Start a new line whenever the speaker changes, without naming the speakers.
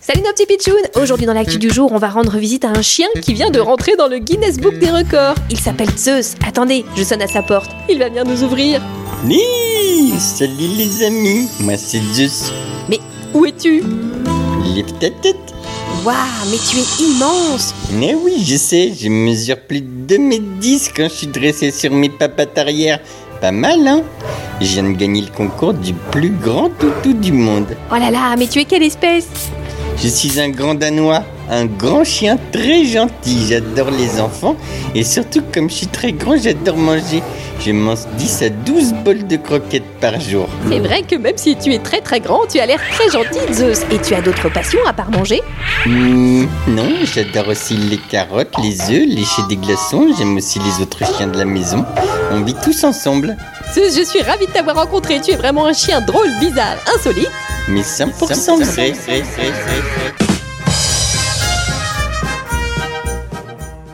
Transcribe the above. Salut nos petits pitchouns Aujourd'hui dans l'actu du jour, on va rendre visite à un chien qui vient de rentrer dans le Guinness Book des records. Il s'appelle Zeus. Attendez, je sonne à sa porte. Il va venir nous ouvrir.
Ni Salut les amis, moi c'est Zeus.
Mais où es-tu
Les petites têtes.
Waouh, mais tu es immense
Mais oui, je sais, je mesure plus de 2m10 quand je suis dressé sur mes papates arrière. Pas mal, hein Je viens de gagner le concours du plus grand toutou du monde.
Oh là là, mais tu es quelle espèce
Je suis un grand danois, un grand chien très gentil. J'adore les enfants et surtout, comme je suis très grand, j'adore manger. Je mange 10 à 12 bols de croquettes par jour.
C'est vrai que même si tu es très très grand, tu as l'air très gentil, Zeus. Et tu as d'autres passions à part manger
Hmm, non, j'adore aussi les carottes, les œufs, lécher des glaçons. J'aime aussi les autres chiens de la maison. On vit tous ensemble,
Zeus, je suis ravie de t'avoir rencontré. Tu es vraiment un chien drôle, bizarre, insolite.
mais 100%, vrai.